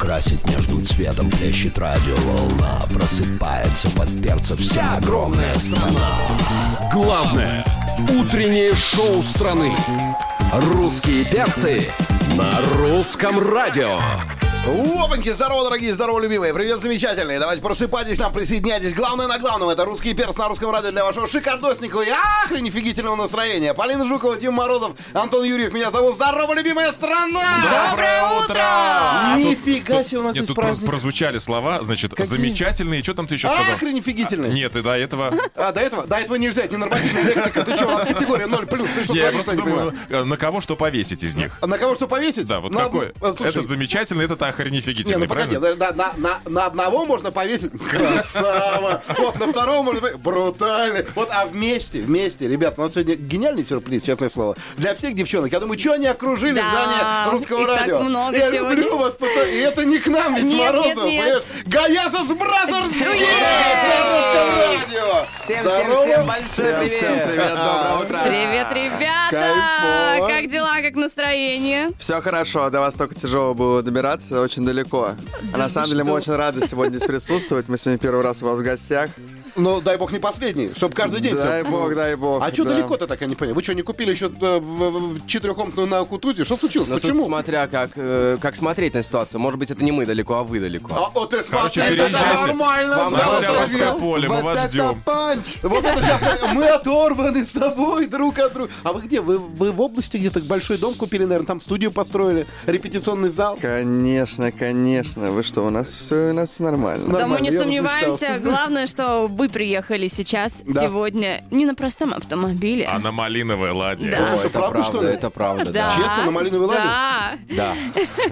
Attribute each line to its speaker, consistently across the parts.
Speaker 1: красит между цветом Плещет радиоволна Просыпается под перца вся огромная страна
Speaker 2: Главное утреннее шоу страны. Русские перцы на русском радио.
Speaker 3: Опаньки, здорово, дорогие, здорово, любимые. Привет, замечательные. Давайте просыпайтесь, к нам присоединяйтесь. Главное на главном. Это русский перс на русском радио для вашего шикардосника и ахрень офигительного настроения. Полина Жукова, Тим Морозов, Антон Юрьев. Меня зовут. Здорово, любимая страна!
Speaker 4: Доброе утро!
Speaker 3: Нифига себе у нас
Speaker 5: Нет,
Speaker 3: есть
Speaker 5: А тут просто
Speaker 3: праздник.
Speaker 5: прозвучали слова, значит,
Speaker 3: Какие?
Speaker 5: замечательные. Что там ты еще сказал?
Speaker 3: Ахрень офигительная.
Speaker 5: Нет, и до этого...
Speaker 3: А, до этого? До этого нельзя, это ненормативная лексика. Ты что, у нас категория 0+, ты что
Speaker 5: Не,
Speaker 3: творишь,
Speaker 5: я
Speaker 3: я не
Speaker 5: просто думаю,
Speaker 3: понимаю.
Speaker 5: э, на кого что повесить из них.
Speaker 3: А на кого что повесить?
Speaker 5: Да, вот
Speaker 3: На
Speaker 5: какой.
Speaker 3: одну- а, слушай,
Speaker 5: Этот замечательный, этот охрень
Speaker 3: Не, ну
Speaker 5: офигительный,
Speaker 3: погоди,
Speaker 5: Типа,
Speaker 3: на,
Speaker 5: правильно?
Speaker 3: на- на- на одного можно повесить. Красава! Вот на второго можно повесить. Брутально. Вот, а вместе, вместе, ребят, у нас сегодня гениальный сюрприз, честное слово. Для всех девчонок. Я думаю, что они окружили
Speaker 4: Да,
Speaker 3: здание русского
Speaker 4: и так
Speaker 3: радио.
Speaker 4: много
Speaker 3: Я
Speaker 4: сегодня.
Speaker 3: люблю вас, пацаны. И это не к нам, ведь
Speaker 4: Нет, нет,
Speaker 3: Морозов.
Speaker 4: нет.
Speaker 3: понимаешь? Гаязов с Бразерс здесь, на русском радио.
Speaker 6: Всем,
Speaker 3: Здорово.
Speaker 6: всем, всем большой привет! привет, доброе утро!
Speaker 4: Привет, ребята!
Speaker 3: Кайфово.
Speaker 4: Как дела, как настроение?
Speaker 6: Все хорошо, до вас только тяжело было добираться, очень далеко. А на самом деле мы очень рады сегодня здесь присутствовать. Мы сегодня первый раз у вас в гостях.
Speaker 3: Ну, дай бог, не последний, чтобы каждый день всё-
Speaker 6: Дай бог, дай бог.
Speaker 3: А что
Speaker 6: да.
Speaker 3: далеко-то так, я не понял? Вы что, не купили э, еще четырехкомнатную на Кутузе? Что случилось?
Speaker 7: Ну,
Speaker 3: Почему?
Speaker 7: тут смотря как, э, как смотреть на ситуацию. Может быть, это не мы далеко, а вы далеко.
Speaker 3: А вот ты смотри,
Speaker 5: переезжайте.
Speaker 3: это нормально.
Speaker 7: Вам
Speaker 3: да,
Speaker 5: На
Speaker 3: вот
Speaker 5: Октябрьское
Speaker 3: так я-
Speaker 5: поле, мы вас ждем.
Speaker 3: Вот это сейчас э, мы оторваны с тобой друг от друга. А вы где? Вы, вы в области где-то большой дом купили, наверное, там студию построили, репетиционный зал.
Speaker 6: Конечно, конечно. Вы что, у нас все у нас всё нормально.
Speaker 4: Да мы не
Speaker 3: я
Speaker 4: сомневаемся.
Speaker 3: размечтался.
Speaker 4: Главное, что вы приехали сейчас,
Speaker 3: Да.
Speaker 4: сегодня, не на простом автомобиле.
Speaker 5: А на малиновой ладе.
Speaker 4: Да.
Speaker 3: А что, правда, что ли?
Speaker 7: это правда, да.
Speaker 3: Честно, на малиновой ладе?
Speaker 4: Да.
Speaker 7: Да.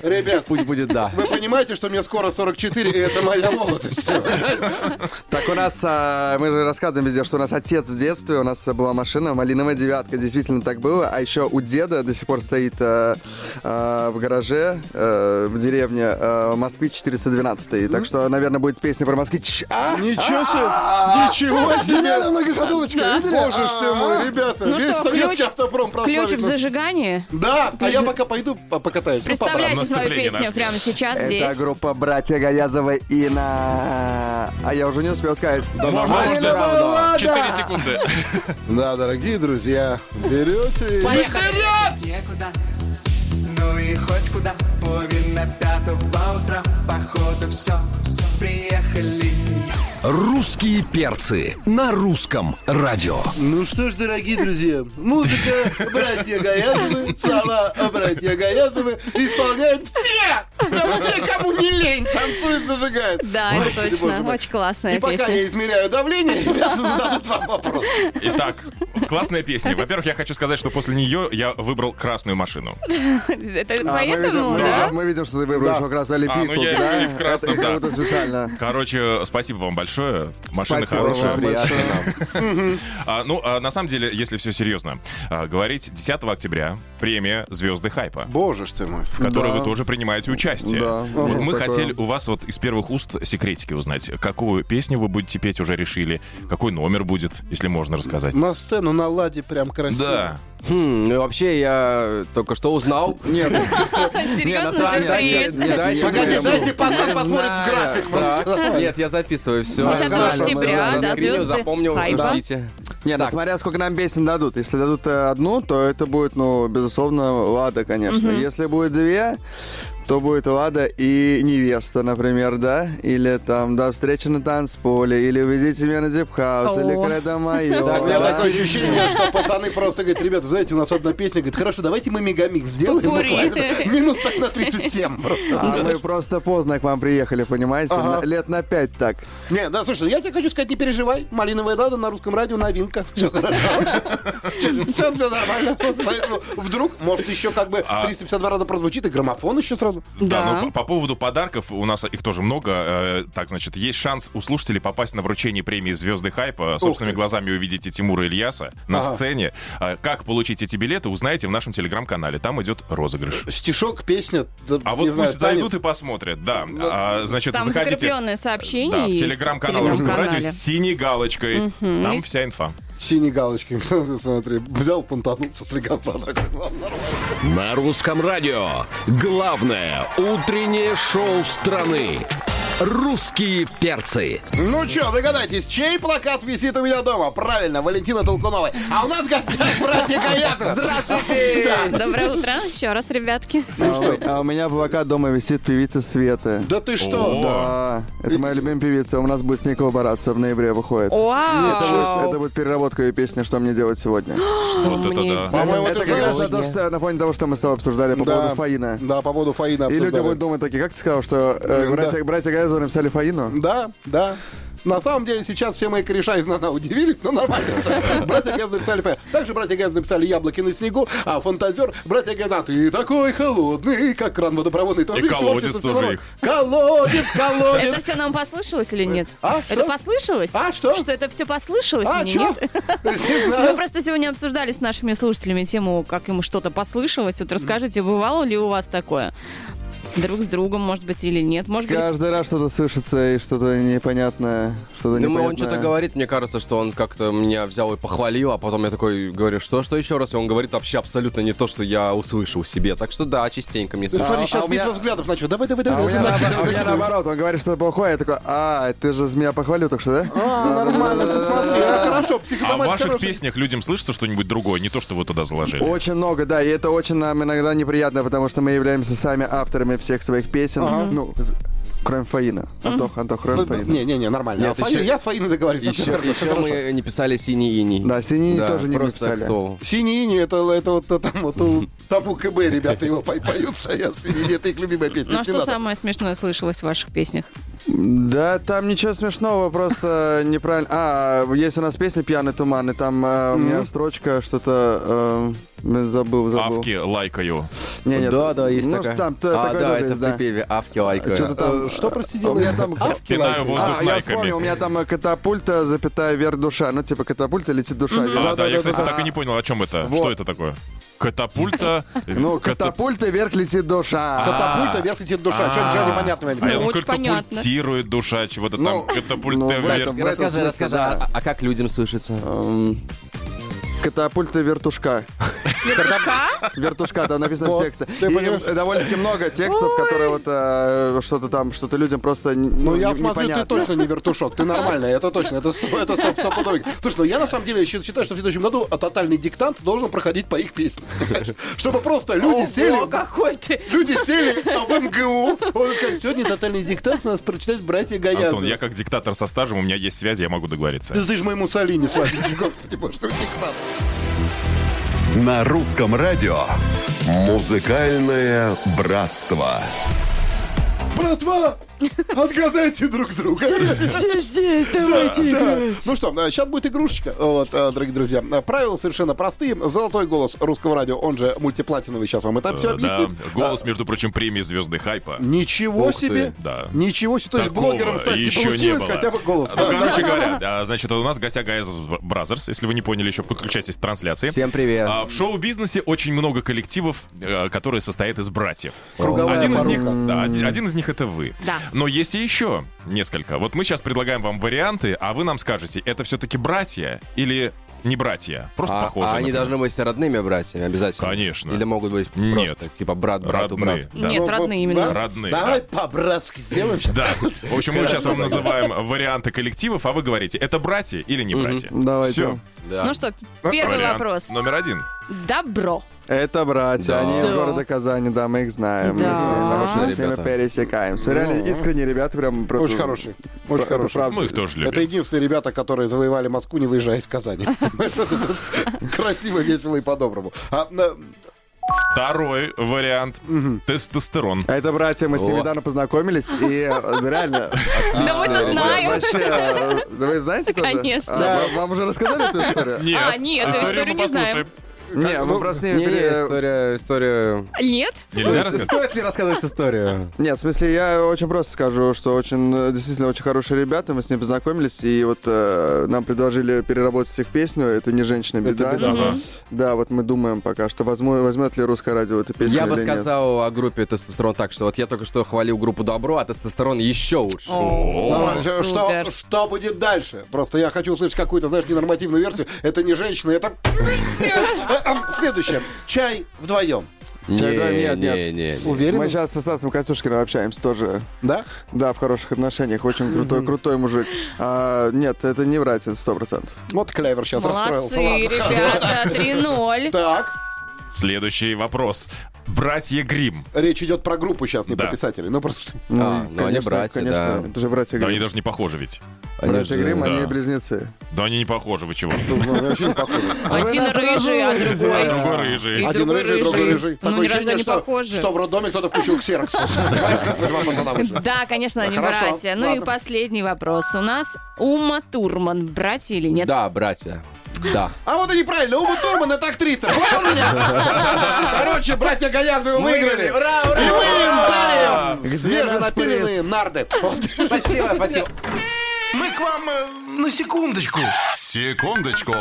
Speaker 3: Ребят,
Speaker 7: Пусть будет да.
Speaker 3: вы понимаете, что мне скоро 44, и это моя молодость.
Speaker 6: Так у нас, а, мы же рассказываем везде, что у нас отец в детстве, у нас была машина малиновая девятка, действительно так было. А еще у деда до сих пор стоит а, а, в гараже а, в деревне а, Москвич 412. Так что, наверное, будет песня про Москвич. А?
Speaker 3: Ничего себе! Ничего себе! Многоходовочка, Боже ж ты мой, ребята!
Speaker 4: Ну
Speaker 3: Весь
Speaker 4: что,
Speaker 3: советский
Speaker 4: ключ-
Speaker 3: автопром
Speaker 4: Ключ
Speaker 3: прославит.
Speaker 4: в зажигании.
Speaker 6: Ну,
Speaker 3: Да, а я пока пойду по- покатаюсь. ну, по
Speaker 4: Представляйте свою
Speaker 5: наступление
Speaker 4: песню
Speaker 5: нас.
Speaker 4: прямо сейчас
Speaker 6: Это
Speaker 4: здесь.
Speaker 6: группа «Братья Гаязова» и на... А я уже не успел сказать. Да
Speaker 5: Можно
Speaker 6: нормально
Speaker 5: уже?
Speaker 6: было,
Speaker 5: Четыре
Speaker 6: да.
Speaker 5: секунды.
Speaker 3: Да, дорогие друзья, берете...
Speaker 4: Поехали.
Speaker 8: Некуда, ну и хоть куда Половина пятого утра, походу все, приехали
Speaker 2: Русские перцы на русском радио.
Speaker 3: Ну что ж, дорогие друзья, музыка братья Гаязовы, слова братья Гаязовы исполняют все! Прям все, кому не лень, танцует, зажигает.
Speaker 4: Да, это точно. Очень
Speaker 3: И
Speaker 4: классная
Speaker 3: пока
Speaker 4: песня.
Speaker 3: я измеряю давление, ребята зададут вам вопрос.
Speaker 5: Итак, классная песня. Во-первых, я хочу сказать, что после нее я выбрал красную машину.
Speaker 4: Это
Speaker 6: А, мы видим-
Speaker 4: поэтому,
Speaker 6: мы
Speaker 4: Ну да?
Speaker 6: видим- Мы видим, что ты выбрал еще как раз
Speaker 5: ну
Speaker 6: Олимпийку.
Speaker 5: я
Speaker 6: да?
Speaker 5: и в красном,
Speaker 6: Это как
Speaker 5: да.
Speaker 6: будто специально.
Speaker 5: Короче, спасибо вам большое. Машина
Speaker 6: Спасибо
Speaker 5: хорошая.
Speaker 6: вам большое.
Speaker 5: А, ну, а, на самом деле, если все серьезно, а, говорить 10 октября премия «Звезды хайпа».
Speaker 3: Боже ж ты мой.
Speaker 5: в которой вы тоже принимаете участие.
Speaker 6: Да,
Speaker 5: Вот
Speaker 6: есть
Speaker 5: мы
Speaker 6: такое.
Speaker 5: хотели у вас вот из первых уст секретики узнать, какую песню вы будете петь, уже решили, какой номер будет, если можно рассказать.
Speaker 3: На сцену на ладе прям красиво.
Speaker 5: Да.
Speaker 7: Хм, ну и вообще я только что узнал.
Speaker 6: Нет,
Speaker 4: Серьезно,
Speaker 7: самом деле,
Speaker 4: сюрприз.
Speaker 7: нет, дайте-
Speaker 3: Погоди,
Speaker 7: Я
Speaker 3: дайте пацан
Speaker 7: Не
Speaker 3: посмотрит в
Speaker 7: знаю.
Speaker 3: график. просто.
Speaker 7: Нет, я записываю все.
Speaker 4: 10
Speaker 6: Нормально,
Speaker 4: октября,
Speaker 6: нормально.
Speaker 4: да,
Speaker 7: Скриню
Speaker 4: звезды.
Speaker 7: запомнил,
Speaker 4: Хайпа.
Speaker 7: ждите.
Speaker 6: Не, ну
Speaker 7: Так.
Speaker 6: смотря сколько нам песен дадут. Если дадут э, одну, то это будет, ну, безусловно, Лада, конечно. Если будет две, то будет Лада и невеста, например, да? Или там «До встречи на танцполе», или «Уведите меня на дипхаус», или
Speaker 4: О.
Speaker 6: «Кредо мое».
Speaker 3: У меня
Speaker 6: да?
Speaker 3: такое ощущение, что пацаны просто говорят, ребят, знаете, у нас одна песня, говорит, хорошо, давайте мы мегамикс сделаем
Speaker 4: Попурри.
Speaker 3: буквально минут так на 37. просто.
Speaker 6: А мы просто поздно к вам приехали, понимаете?
Speaker 3: Ага.
Speaker 6: На- Лет на пять так.
Speaker 3: Не, да, слушай, я тебе хочу сказать, не переживай. Малиновая лада на русском радио новинка. Все хорошо. Все, нормально. Вот Поэтому вдруг, может, еще как бы 352 раза прозвучит, и граммофон еще сразу.
Speaker 4: Да.
Speaker 5: ну по, по поводу подарков, у нас их тоже много. э, так, значит, есть шанс у слушателей попасть на вручение премии «Звезды хайпа». Собственными глазами увидите Тимура Ильяса на
Speaker 3: Ага.
Speaker 5: сцене. А, как получить эти билеты, узнаете в нашем телеграм-канале. Там идет розыгрыш.
Speaker 3: Стишок, песня, да,
Speaker 5: А
Speaker 3: не
Speaker 5: вот
Speaker 3: знаю,
Speaker 5: пусть зайдут
Speaker 3: танец.
Speaker 5: и посмотрят, да.
Speaker 6: Ну,
Speaker 5: А, значит,
Speaker 4: Там
Speaker 5: заходите.
Speaker 4: закрепленное сообщение
Speaker 5: Да, в
Speaker 4: есть
Speaker 5: телеграм-канал Русского радио
Speaker 4: телеграм-канале.
Speaker 5: с синей галочкой. Там вся инфа.
Speaker 3: синей галочки. Смотри, взял, понтанулся с легонца. такой, Ну, «Ладно, нормально».
Speaker 2: На русском радио главное утреннее шоу страны. Русские перцы.
Speaker 3: Ну чё, догадайтесь, чей плакат висит у меня дома? Правильно, Валентина Толкуновой. А у нас в гостях братья Каязов. Здравствуйте! Да.
Speaker 4: Доброе утро еще раз, ребятки.
Speaker 3: Ну
Speaker 6: А у- А у меня плакат дома висит певица Света.
Speaker 3: Да ты что?
Speaker 5: О.
Speaker 6: Да, это моя любимая певица. У нас будет с ней коллаборация в ноябре выходит. Это будет, это
Speaker 4: Вау!
Speaker 6: будет переработка ее песни «Что мне делать сегодня».
Speaker 5: Вот
Speaker 4: мне
Speaker 5: это да.
Speaker 3: По-моему,
Speaker 6: это
Speaker 3: ты
Speaker 6: как раз
Speaker 3: знаешь,
Speaker 6: на, то, что, на фоне того, что мы с тобой обсуждали по поводу Фаина.
Speaker 3: Да, по поводу Фаина
Speaker 6: И люди
Speaker 3: обсуждали.
Speaker 6: будут думать такие, как ты сказал, что э,
Speaker 3: Да.
Speaker 6: братья, братья Гаязовы написали Фаину?
Speaker 3: Да, да. На самом деле сейчас все мои кореша из Нана удивились, но нормально все. Братья Газ написали «П». Также братья Газ написали «Яблоки на снегу», а фантазер, братья Газ, а ты такой холодный, как кран водопроводный. Тоже
Speaker 5: И
Speaker 3: их творчество
Speaker 5: колодец
Speaker 3: все
Speaker 5: тоже
Speaker 3: нормально.
Speaker 5: их.
Speaker 3: Колодец,
Speaker 4: Это
Speaker 3: колодец.
Speaker 4: все нам послышалось или нет?
Speaker 3: А, что?
Speaker 4: Это послышалось?
Speaker 3: А, что?
Speaker 4: Что это все послышалось
Speaker 3: А,
Speaker 4: мне,
Speaker 3: чё?
Speaker 4: нет?
Speaker 3: Не
Speaker 4: Мы
Speaker 3: знаю.
Speaker 4: просто сегодня обсуждали с нашими слушателями тему, как ему что-то послышалось. Вот расскажите, бывало ли у вас такое? Друг с другом, может быть, или нет? Может быть,
Speaker 6: Каждый раз что-то слышится и что-то непонятное, что-то
Speaker 7: Ну,
Speaker 6: непонятное.
Speaker 7: он что-то говорит, мне кажется, что он как-то меня взял и похвалил, а потом я такой говорю, что, что еще раз? И он говорит вообще абсолютно не то, что я услышал себе. Так что да, частенько мне
Speaker 3: Ты Ну, Смотри,
Speaker 6: а
Speaker 3: сейчас
Speaker 6: у меня-
Speaker 3: битва взглядов начала. Давай, давай,
Speaker 6: А у
Speaker 3: давай.
Speaker 6: меня,
Speaker 3: давай,
Speaker 6: наоборот,
Speaker 3: давай,
Speaker 6: а у меня
Speaker 3: давай.
Speaker 6: наоборот, он говорит что-то плохое, я такой, а, ты же меня похвалил так что, да?
Speaker 3: А, нормально, ты смотри. а, Хорошо,
Speaker 5: А в
Speaker 3: психосоматика
Speaker 5: ваших
Speaker 3: хорошая.
Speaker 5: песнях людям слышится что-нибудь другое, не то, что вы туда заложили.
Speaker 6: Очень много, да, и это очень нам иногда неприятно, потому что мы являемся сами авторами всех своих песен, ну, з- кроме Фаина. Антох, Антох,
Speaker 5: Ну,
Speaker 6: кроме Фаина.
Speaker 3: Не, не, не, нормально.
Speaker 7: Нет,
Speaker 3: А Фаина-
Speaker 7: еще-
Speaker 3: Я с Фаиной договорюсь.
Speaker 7: Еще, еще мы не писали синий иний.
Speaker 6: Да, «Синий иний» тоже не
Speaker 7: просто
Speaker 6: написали.
Speaker 7: к слову.
Speaker 3: Синий ини, это, это вот там, вот у, там у КБ ребята его по- поют, стоят. Синий ини, это их любимая песня.
Speaker 4: ну а
Speaker 3: не
Speaker 4: что
Speaker 3: надо.
Speaker 4: самое смешное слышалось в ваших песнях?
Speaker 6: Да, там ничего смешного, просто неправильно. А, есть у нас песня «Пьяный туман», и там э, у меня строчка что-то... э, забыл, забыл.
Speaker 5: Авки лайкаю.
Speaker 6: Не, нет.
Speaker 7: Да, да, есть
Speaker 6: ну,
Speaker 7: такая.
Speaker 6: там т-
Speaker 7: а,
Speaker 6: такой
Speaker 7: да,
Speaker 6: номер
Speaker 7: это
Speaker 6: есть,
Speaker 7: в
Speaker 6: да.
Speaker 7: припеве «Авки лайкаю».
Speaker 3: Э,
Speaker 6: Что-то там...
Speaker 3: Что, прости,
Speaker 6: У меня
Speaker 3: делаешь?
Speaker 6: там...
Speaker 3: Авки
Speaker 5: Пинаю
Speaker 3: лайкают.
Speaker 5: воздух
Speaker 6: А, я
Speaker 5: найками.
Speaker 6: вспомнил, у меня там э, катапульта, запятая вверх душа. Ну, типа катапульта летит душа.
Speaker 5: А, да, я, кстати,
Speaker 6: да.
Speaker 5: так и не понял, о чем это.
Speaker 6: Вот.
Speaker 5: Что это такое? Катапульта.
Speaker 6: Ну,
Speaker 5: ката-
Speaker 6: катапульта вверх летит душа.
Speaker 3: Катапульта, вверх летит душа. Чё,
Speaker 5: А.
Speaker 3: чё непонятного? я не понимаю.
Speaker 5: А я думаю,
Speaker 4: Ну, очень понятно.
Speaker 5: катапультирует душа, чего-то
Speaker 6: Ну,
Speaker 5: там, катапульта
Speaker 6: ну, в
Speaker 5: вверх.
Speaker 6: этом- в этом
Speaker 7: Расскажи,
Speaker 6: смысле,
Speaker 7: расскажи,
Speaker 6: да.
Speaker 7: а, а как людям слышится?
Speaker 6: Эм, Катапульта вертушка. Вертушка? Вертушка, там написано в
Speaker 3: Вот,
Speaker 6: тексте.
Speaker 3: ты
Speaker 6: И
Speaker 3: понимаешь?
Speaker 6: довольно-таки много текстов, которые вот э, что-то там, что-то людям просто н-
Speaker 3: Ну,
Speaker 6: ну,
Speaker 3: я
Speaker 6: не-
Speaker 3: смотрю, ты
Speaker 6: непонятно.
Speaker 3: точно не вертушок, ты нормально, это точно, это сто- это стоп, стопудовик. Слушай, ну я на самом деле щи- считаю, что в следующем году а, тотальный диктант должен проходить по их песням, понимаешь? чтобы просто люди сели,
Speaker 4: О, какой ты!
Speaker 3: люди сели а, в МГУ, вот как сегодня тотальный диктант у нас прочитают братья
Speaker 5: Антон, я
Speaker 3: Гаязы.
Speaker 5: как диктатор со стажем, у меня есть связи, я могу договориться.
Speaker 3: Да ты же моему Солине, сладенький, господи боже, что диктант.
Speaker 2: На русском радио музыкальное братство.
Speaker 3: Братва, отгадайте друг друга.
Speaker 4: Все здесь, давайте
Speaker 3: Да.
Speaker 4: играть.
Speaker 3: Ну что, сейчас будет игрушечка. Вот, э, дорогие друзья, Э, правила совершенно простые. Золотой голос русского радио, он же мультиплатиновый, сейчас вам это все
Speaker 5: Э, да.
Speaker 3: объяснит.
Speaker 5: Голос, между прочим, премии звезды хайпа.
Speaker 3: Ничего
Speaker 7: Ух ты,
Speaker 3: себе!
Speaker 5: да.
Speaker 3: Ничего себе! То есть
Speaker 5: Такого
Speaker 3: блогером стать не
Speaker 5: еще
Speaker 3: получилось,
Speaker 5: было.
Speaker 3: хотя бы голос.
Speaker 5: Ну,
Speaker 3: Да, да.
Speaker 5: короче говоря, да, значит, у нас в гостях Гаязов Бразерс. Если вы не поняли еще, подключайтесь к трансляции.
Speaker 7: Всем привет.
Speaker 5: А, в шоу-бизнесе очень много коллективов, э, которые состоят из братьев.
Speaker 3: Круговая
Speaker 5: один из,
Speaker 3: порука.
Speaker 5: них, да, оди- один из них это вы.
Speaker 4: Да.
Speaker 5: Но есть и еще несколько. Вот мы сейчас предлагаем вам варианты, а вы нам скажете, это все-таки братья или не братья, просто
Speaker 7: А,
Speaker 5: похожие.
Speaker 7: а они
Speaker 5: например.
Speaker 7: должны быть родными братьями обязательно?
Speaker 5: Конечно.
Speaker 7: Или могут быть просто,
Speaker 5: Нет.
Speaker 7: типа брат брату брат?
Speaker 5: Родные, да.
Speaker 4: Нет, родные именно.
Speaker 5: Родные,
Speaker 3: Давай по-братски сделаем сейчас.
Speaker 5: Да. В общем, мы сейчас вам называем варианты коллективов, а вы говорите, это братья или не братья.
Speaker 6: Давайте.
Speaker 5: Всё.
Speaker 7: Да.
Speaker 4: Ну что, первый
Speaker 5: Вариант Ну.
Speaker 4: вопрос.
Speaker 5: Номер один.
Speaker 4: Добро.
Speaker 6: Это братья,
Speaker 7: Да.
Speaker 6: они из
Speaker 4: Да.
Speaker 6: города Казани, да, мы их знаем. Мы с
Speaker 4: Да.
Speaker 6: ними-
Speaker 7: Хорошие
Speaker 6: Мы с ними
Speaker 7: ребята.
Speaker 6: пересекаемся. Реально искренние ребята, прям... просто-
Speaker 3: Ну. Очень хороший. Очень
Speaker 6: Это
Speaker 3: хороший.
Speaker 6: правда.
Speaker 5: Мы их тоже
Speaker 3: Это
Speaker 5: любим.
Speaker 3: единственные ребята, которые завоевали Москву, не выезжая из Казани. Красиво, весело и по-доброму. А, на-
Speaker 5: Второй вариант. Тестостерон.
Speaker 6: А это братья, мы с ними
Speaker 7: О.
Speaker 6: недавно познакомились, и э, реально...
Speaker 3: А,
Speaker 4: Да мы-то знаем.
Speaker 6: Вообще, э, вы знаете тоже?
Speaker 4: Конечно.
Speaker 6: А, вам- Вам уже рассказали эту историю?
Speaker 5: Нет,
Speaker 4: А, нет, эту
Speaker 5: историю мы
Speaker 4: историю не знаем.
Speaker 5: послушаем.
Speaker 6: Не,
Speaker 3: Ну,
Speaker 6: мы просто с ними...
Speaker 7: Не, не,
Speaker 6: пере-
Speaker 7: история, история...
Speaker 4: Нет?
Speaker 3: э,
Speaker 5: Нельзя рассказать?
Speaker 7: Стоит ли рассказывать историю?
Speaker 6: Нет, в смысле, я очень просто скажу, что очень, э, действительно очень хорошие ребята, мы с ними познакомились, и вот э, нам предложили переработать их песню «Это не женщина, беда».
Speaker 7: беда, да. Мгм.
Speaker 6: Да, вот мы думаем пока, что возьму- возьмет ли русское радио эту песню
Speaker 7: Я бы
Speaker 6: или нет.
Speaker 7: сказал о группе тестостерон так, что вот я только что хвалил группу Добро, а тестостерон еще лучше.
Speaker 4: О,
Speaker 3: Что,
Speaker 4: супер.
Speaker 3: что- что будет дальше? Просто я хочу услышать какую-то, знаешь, ненормативную версию. Это не женщина, это... Э, Следующее. Чай вдвоем.
Speaker 6: Чай, да, нет, нет.
Speaker 7: не, не.
Speaker 6: Мы
Speaker 3: Уверен?
Speaker 6: сейчас с Стасом Катюшкиным общаемся тоже.
Speaker 3: Да?
Speaker 6: Да, в хороших отношениях. Очень крутой, крутой мужик. А, нет, это не врать, это сто процентов.
Speaker 7: А,
Speaker 3: Вот клевер сейчас расстроился.
Speaker 4: Молодцы,
Speaker 3: Ладно, хорошо.
Speaker 4: ребята, 3-0.
Speaker 3: Так,
Speaker 5: Следующий вопрос. Братья Грим.
Speaker 3: речь идет про группу сейчас, не
Speaker 5: Да.
Speaker 3: про писателей. Ну, просто... что-
Speaker 6: Ну,
Speaker 7: А, ну они братья,
Speaker 6: конечно,
Speaker 7: да.
Speaker 6: Это же братья
Speaker 5: Да они
Speaker 6: Грим.
Speaker 5: даже не похожи ведь.
Speaker 7: Они
Speaker 6: братья
Speaker 7: же-
Speaker 6: Грим,
Speaker 5: да. Ну,
Speaker 6: они близнецы.
Speaker 5: Да они не похожи, вы чего?
Speaker 4: Один рыжий, а другой...
Speaker 5: Другой рыжий.
Speaker 4: И
Speaker 3: Один
Speaker 4: другой
Speaker 3: рыжий, другой
Speaker 4: рыжий.
Speaker 3: рыжий.
Speaker 4: Ну,
Speaker 3: Такое
Speaker 4: ни разу
Speaker 3: ощущение,
Speaker 4: не
Speaker 3: что,
Speaker 4: похожи.
Speaker 3: что в роддоме кто-то включил ксерокс. просто. Понимаешь, как Два пацана вышли.
Speaker 4: Да, конечно, они
Speaker 3: Хорошо,
Speaker 4: братья. Ну и
Speaker 3: ладно.
Speaker 4: последний вопрос. У нас Ума Турман. Братья или нет?
Speaker 7: Да, братья. Да.
Speaker 3: А вот и неправильно. Ума Турман это актриса. Понял меня? Короче, братья Гаязовы выиграли. И мы им дарим свеженапиленные нарды. Вот.
Speaker 7: Спасибо, спасибо.
Speaker 9: Мы к вам э, на секундочку.
Speaker 5: Секундочку.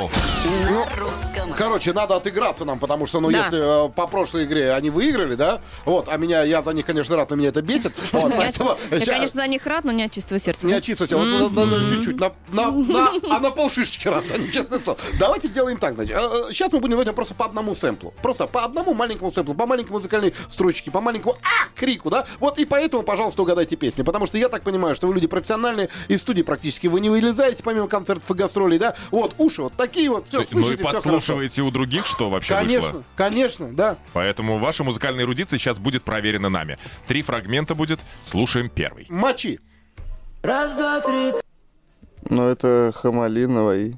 Speaker 3: Короче, надо отыграться нам, потому что, ну,
Speaker 4: Да.
Speaker 3: если э, по прошлой игре они выиграли, да, вот, а меня, я за них, конечно, рад, но меня это бесит. Вот,
Speaker 4: Я,
Speaker 3: поэтому
Speaker 4: я,
Speaker 3: ща-
Speaker 4: конечно, за них рад, но не от чистого сердца.
Speaker 3: Не очистился, вот надо- надо чуть-чуть, на, на, на, а на полшишечки раз, а не честное слово. Давайте сделаем так, значит, сейчас мы будем в этом просто по одному сэмплу, просто по одному маленькому сэмплу, по маленькой музыкальной строчке, по маленькому а крику, да, вот и поэтому, пожалуйста, угадайте песни, потому что я так понимаю, что вы люди профессиональные, из студии практически вы не вылезаете, помимо концертов и гастролей, да, вот уши вот такие вот, все,
Speaker 5: Ну и
Speaker 3: слышите, все хорошо.
Speaker 5: подслушиваете у других, что вообще
Speaker 3: Конечно,
Speaker 5: вышло.
Speaker 3: конечно, да.
Speaker 5: Поэтому ваша музыкальная эрудиция сейчас будет проверена нами. Три фрагмента будет. Слушаем первый.
Speaker 3: Мочи.
Speaker 6: Ну, это Хамалинова и...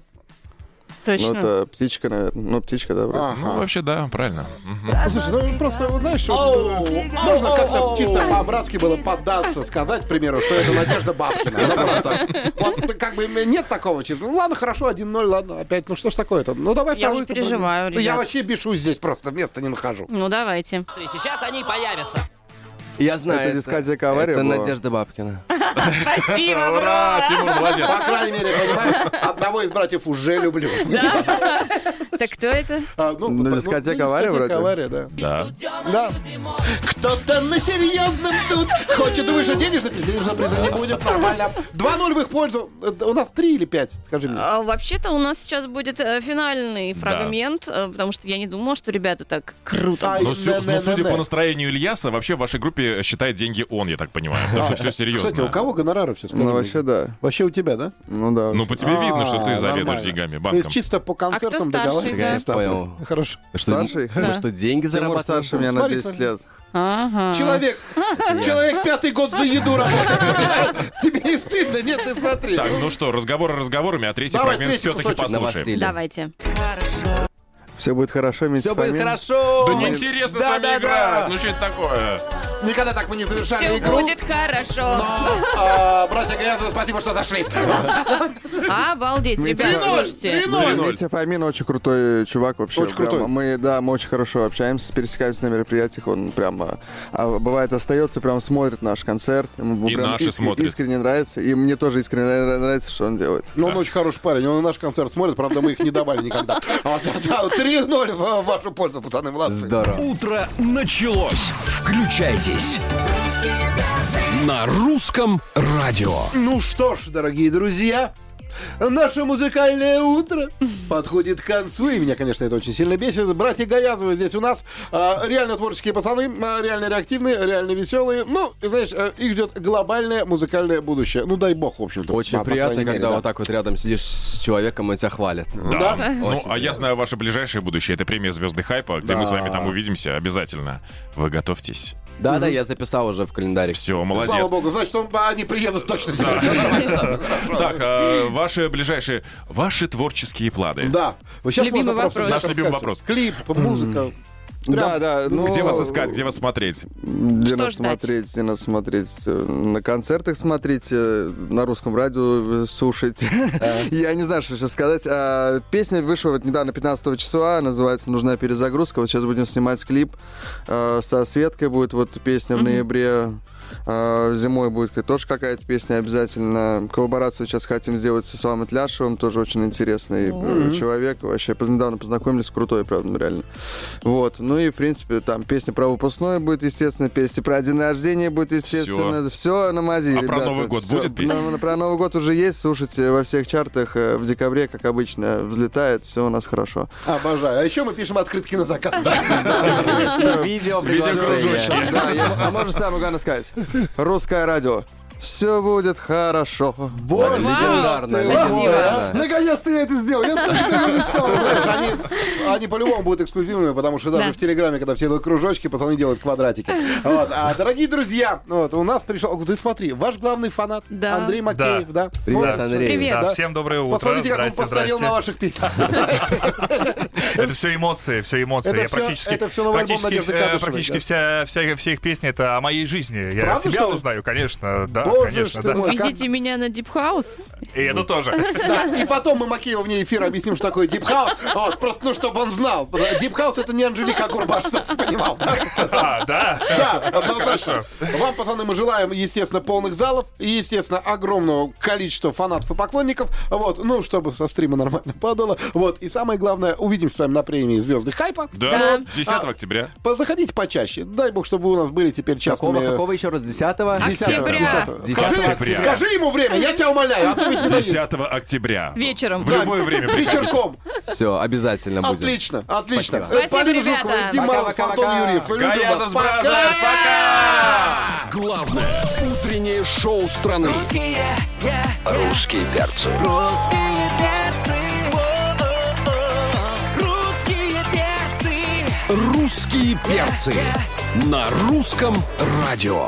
Speaker 6: Ну,
Speaker 4: Точно.
Speaker 6: это птичка, наверное. Ну, птичка, да, вроде.
Speaker 5: Ну, вообще, да, правильно. Мгм.
Speaker 3: Слушай, ну просто, вот знаешь, вот, э, можно как-то чисто по-братски было поддаться, сказать, к примеру, что это Надежда Бабкина. Она просто, вот ну, как бы нет такого числа. Ну ладно, хорошо, 1-0, ладно, опять, ну что ж такое-то? Ну давай
Speaker 4: Я
Speaker 3: второй.
Speaker 4: уже переживаю,
Speaker 3: Ну, Я
Speaker 4: ребят.
Speaker 3: вообще бешусь здесь просто, места не нахожу.
Speaker 4: Ну, давайте.
Speaker 9: Сейчас они появятся.
Speaker 7: Я знаю.
Speaker 6: Это дискотека «Авария»
Speaker 7: Это
Speaker 6: была?
Speaker 7: Надежда Бабкина.
Speaker 4: Спасибо,
Speaker 5: Ура,
Speaker 4: бро!
Speaker 5: Тимур, молодец.
Speaker 3: По крайней мере, понимаешь, одного из братьев уже люблю.
Speaker 4: Так кто это?
Speaker 3: А, ну,
Speaker 6: На
Speaker 3: по- ну,
Speaker 6: дискотека
Speaker 3: на
Speaker 6: «Авария» вроде?
Speaker 3: «Авария», да. Да. Кто-то на серьезном тут хочет выше денежный приз. Денежного приза не будет, нормально. 2-0 в их пользу. Э, У нас 3 или 5, скажи мне.
Speaker 4: А, Вообще-то у нас сейчас будет э, финальный фрагмент, э, потому что я не думала, что ребята так
Speaker 6: Ну,
Speaker 4: круто.
Speaker 3: А,
Speaker 5: Но, Ну, сю-
Speaker 3: не-не-не-не.
Speaker 5: но судя по настроению Ильяса, вообще в вашей группе считает деньги он, я так понимаю. Потому что все серьезно.
Speaker 3: Кстати, у кого гонорары все
Speaker 6: Ну, вообще, да.
Speaker 3: Вообще у тебя, да?
Speaker 6: Ну, да.
Speaker 5: Ну, по тебе видно, что ты
Speaker 3: А,
Speaker 5: заведуешь
Speaker 3: нормально.
Speaker 5: деньгами,
Speaker 3: То есть
Speaker 5: банком.
Speaker 3: чисто по концертам
Speaker 4: старший, А да?
Speaker 3: договариваешься.
Speaker 7: Понял.
Speaker 3: Хорошо.
Speaker 7: Что,
Speaker 6: Старший?
Speaker 7: ну, что, деньги
Speaker 6: Тимур
Speaker 7: зарабатывают?
Speaker 6: старше меня на
Speaker 3: Смотри,
Speaker 6: 10
Speaker 3: смотри.
Speaker 6: лет.
Speaker 4: Ага.
Speaker 3: Человек, человек пятый год за еду работает. понимаешь? Тебе не стыдно? Нет, ты смотри.
Speaker 5: Так, ну что, разговоры разговорами, а третий
Speaker 3: Давай,
Speaker 5: фрагмент
Speaker 3: третий
Speaker 5: все-таки
Speaker 3: кусочек.
Speaker 5: послушаем.
Speaker 7: Навострили.
Speaker 4: Давайте.
Speaker 6: Все будет хорошо, Митя
Speaker 7: Все будет
Speaker 6: Фомин.
Speaker 7: хорошо.
Speaker 5: Да неинтересно с вами играть. Ну что это такое?
Speaker 3: Никогда так мы не
Speaker 4: Все
Speaker 3: завершали игру.
Speaker 4: будет хорошо.
Speaker 3: А, Братья Гаязовы, спасибо, что зашли.
Speaker 4: Обалдеть, ребята,
Speaker 3: 3-0,
Speaker 4: слушайте.
Speaker 3: 3-0.
Speaker 6: Ну, Митя Фомин очень крутой чувак вообще.
Speaker 3: Очень
Speaker 6: Прям
Speaker 3: крутой.
Speaker 6: Мы, да, мы очень хорошо общаемся, пересекаемся на мероприятиях. Он прям, а, а, бывает, остается, прям смотрит наш концерт. Ему
Speaker 5: И
Speaker 6: прям
Speaker 5: наши
Speaker 6: иск-
Speaker 5: смотрят.
Speaker 6: искренне нравится. И мне тоже искренне нра- нравится, что он делает.
Speaker 3: Ну, он очень хороший парень, он на наш концерт смотрит, правда, мы их не давали никогда. А, да, да, 3-0 в вашу пользу, пацаны, молодцы.
Speaker 7: Здорово.
Speaker 1: Утро началось. Включайтесь. На русском радио.
Speaker 3: Ну что ж, дорогие друзья, наше музыкальное утро подходит к концу. И меня, конечно, это очень сильно бесит. Братья Гаязовы здесь у нас. а, реально творческие пацаны, а, реально реактивные, реально веселые. Ну, и знаешь, а, их ждет глобальное музыкальное будущее. Ну, дай бог, в общем-то.
Speaker 7: Очень
Speaker 3: Да, по
Speaker 7: приятно,
Speaker 3: крайней мере,
Speaker 7: когда
Speaker 3: да.
Speaker 7: вот так вот рядом сидишь с человеком и тебя хвалят.
Speaker 5: Да.
Speaker 3: Да.
Speaker 5: Ну, а я знаю ваше ближайшее будущее. Это премия «Звезды хайпа», где мы с вами там увидимся обязательно. Вы готовьтесь.
Speaker 7: Да, да, я записал уже в календарик.
Speaker 5: Все,
Speaker 3: Слава
Speaker 5: молодец.
Speaker 3: богу, значит, он, а, они приедут точно. Всё нормально, да, да, хорошо.
Speaker 5: Так, а, ваши ближайшие, ваши творческие планы.
Speaker 3: Да. Вот Сейчас
Speaker 4: Любимый
Speaker 3: можно просто
Speaker 4: вопрос.
Speaker 3: взять
Speaker 5: Наш любимый
Speaker 3: рассказать.
Speaker 5: вопрос.
Speaker 3: Клип, музыка.
Speaker 6: Да, да. ну,
Speaker 5: Где вас искать, где вас смотреть?
Speaker 6: Где
Speaker 4: Что
Speaker 6: нас
Speaker 4: ждать?
Speaker 6: смотреть, где нас смотреть. Э, На концертах смотрите, на русском радио э, слушайте. Я не знаю, что сейчас сказать. А, Песня вышла вот недавно, 15 числа, называется «Нужна перезагрузка». Вот сейчас будем снимать клип э, со Светкой. Будет вот песня в ноябре. А, Зимой будет к- тоже какая-то песня обязательно. Коллаборацию сейчас хотим сделать с Исламом Тляшевым, тоже очень интересный э, человек. Вообще, поз- недавно познакомились, крутой, правда, ну, реально. Вот, ну и, в принципе, там песня про выпускной будет, естественно, песня про день рождения будет, естественно. Все, на мази,
Speaker 5: А про
Speaker 6: ребята.
Speaker 5: Новый год
Speaker 6: Всё.
Speaker 5: будет песня?
Speaker 6: Ну, про Новый год уже есть, слушайте, во всех чартах э, в декабре, как обычно, взлетает, все у нас хорошо.
Speaker 3: Обожаю. А еще мы пишем открытки на заказ. да?
Speaker 6: Видео
Speaker 5: Видеокружочки.
Speaker 6: Да, я- а можно самое главное сказать? Русское радио. Все будет хорошо.
Speaker 3: Боже
Speaker 7: Легендарная.
Speaker 3: ты мой, а?
Speaker 7: легендарная.
Speaker 6: Наконец-то я это сделал. Я так давно мечтал.
Speaker 3: Ты знаешь, они, они по-любому будут эксклюзивными, потому что даже
Speaker 4: Да.
Speaker 3: в Телеграме, когда все делают кружочки, пацаны делают квадратики. Вот. А, дорогие друзья, вот, у нас пришел... Ты смотри, ваш главный фанат
Speaker 4: Да.
Speaker 3: Андрей Макеев, да?
Speaker 7: Привет,
Speaker 3: Вот.
Speaker 7: Андрей.
Speaker 4: Привет.
Speaker 10: Да,
Speaker 3: Да.
Speaker 10: всем доброе утро.
Speaker 3: Посмотрите, как он
Speaker 10: Здрасте,
Speaker 3: постарел
Speaker 10: здрасте.
Speaker 3: на ваших песнях.
Speaker 10: Это все эмоции, все эмоции.
Speaker 3: Это
Speaker 10: Я
Speaker 3: всё-
Speaker 10: практически,
Speaker 3: это всё новый альбом
Speaker 10: практически,
Speaker 3: Надежды
Speaker 10: э,
Speaker 3: Кадышевой,
Speaker 10: практически
Speaker 3: да.
Speaker 10: вся, вся, все их песни это о моей жизни. Я
Speaker 3: Правда,
Speaker 10: себя
Speaker 3: что ли?
Speaker 10: узнаю, конечно, да,
Speaker 3: Боже
Speaker 10: конечно,
Speaker 3: ж ты
Speaker 10: да.
Speaker 3: мой. Ой, как-
Speaker 4: Везите меня на дипхаус.
Speaker 10: И это тоже.
Speaker 3: Да, И потом мы Макееву вне эфира объясним, что такое дипхаус. Вот, просто, ну, чтобы он знал. Дипхаус — это не Анжелика Курбаш, чтобы ты понимал.
Speaker 10: А, да.
Speaker 3: Да, однозначно. Вам, пацаны, мы желаем, естественно, полных залов и, естественно, огромного количества фанатов и поклонников. Вот, ну, чтобы со стрима нормально падало. Вот, и самое главное, увидимся с вами на премии «Звезды хайпа».
Speaker 5: Да,
Speaker 4: Да.
Speaker 5: 10
Speaker 3: А,
Speaker 5: октября.
Speaker 3: Заходите почаще. Дай бог, чтобы вы у нас были теперь частными...
Speaker 7: Какого, какого еще раз? Десятого?
Speaker 4: Десятого. Октября.
Speaker 3: Скажи,
Speaker 10: октября.
Speaker 3: скажи ему время, я тебя умоляю, а то ведь не дают.
Speaker 5: 10 октября.
Speaker 4: Вечером.
Speaker 5: В любое время приходите.
Speaker 3: Вечерком.
Speaker 7: Все, обязательно будет.
Speaker 3: Отлично, отлично.
Speaker 7: Спасибо.
Speaker 3: Э, Полина
Speaker 4: Спасибо,
Speaker 3: Жукова,
Speaker 4: ребята.
Speaker 3: Дим
Speaker 7: Пока,
Speaker 3: Малов,
Speaker 7: пока,
Speaker 3: Антон
Speaker 7: пока.
Speaker 3: Юрьев. Любим вас.
Speaker 5: Гаязов,
Speaker 3: Пока!
Speaker 5: Бразерс, пока!
Speaker 1: Главное утреннее шоу страны.
Speaker 9: Русские,
Speaker 1: Русские перцы.
Speaker 9: русские перцы. Русские перцы.
Speaker 1: Русские перцы на русском радио.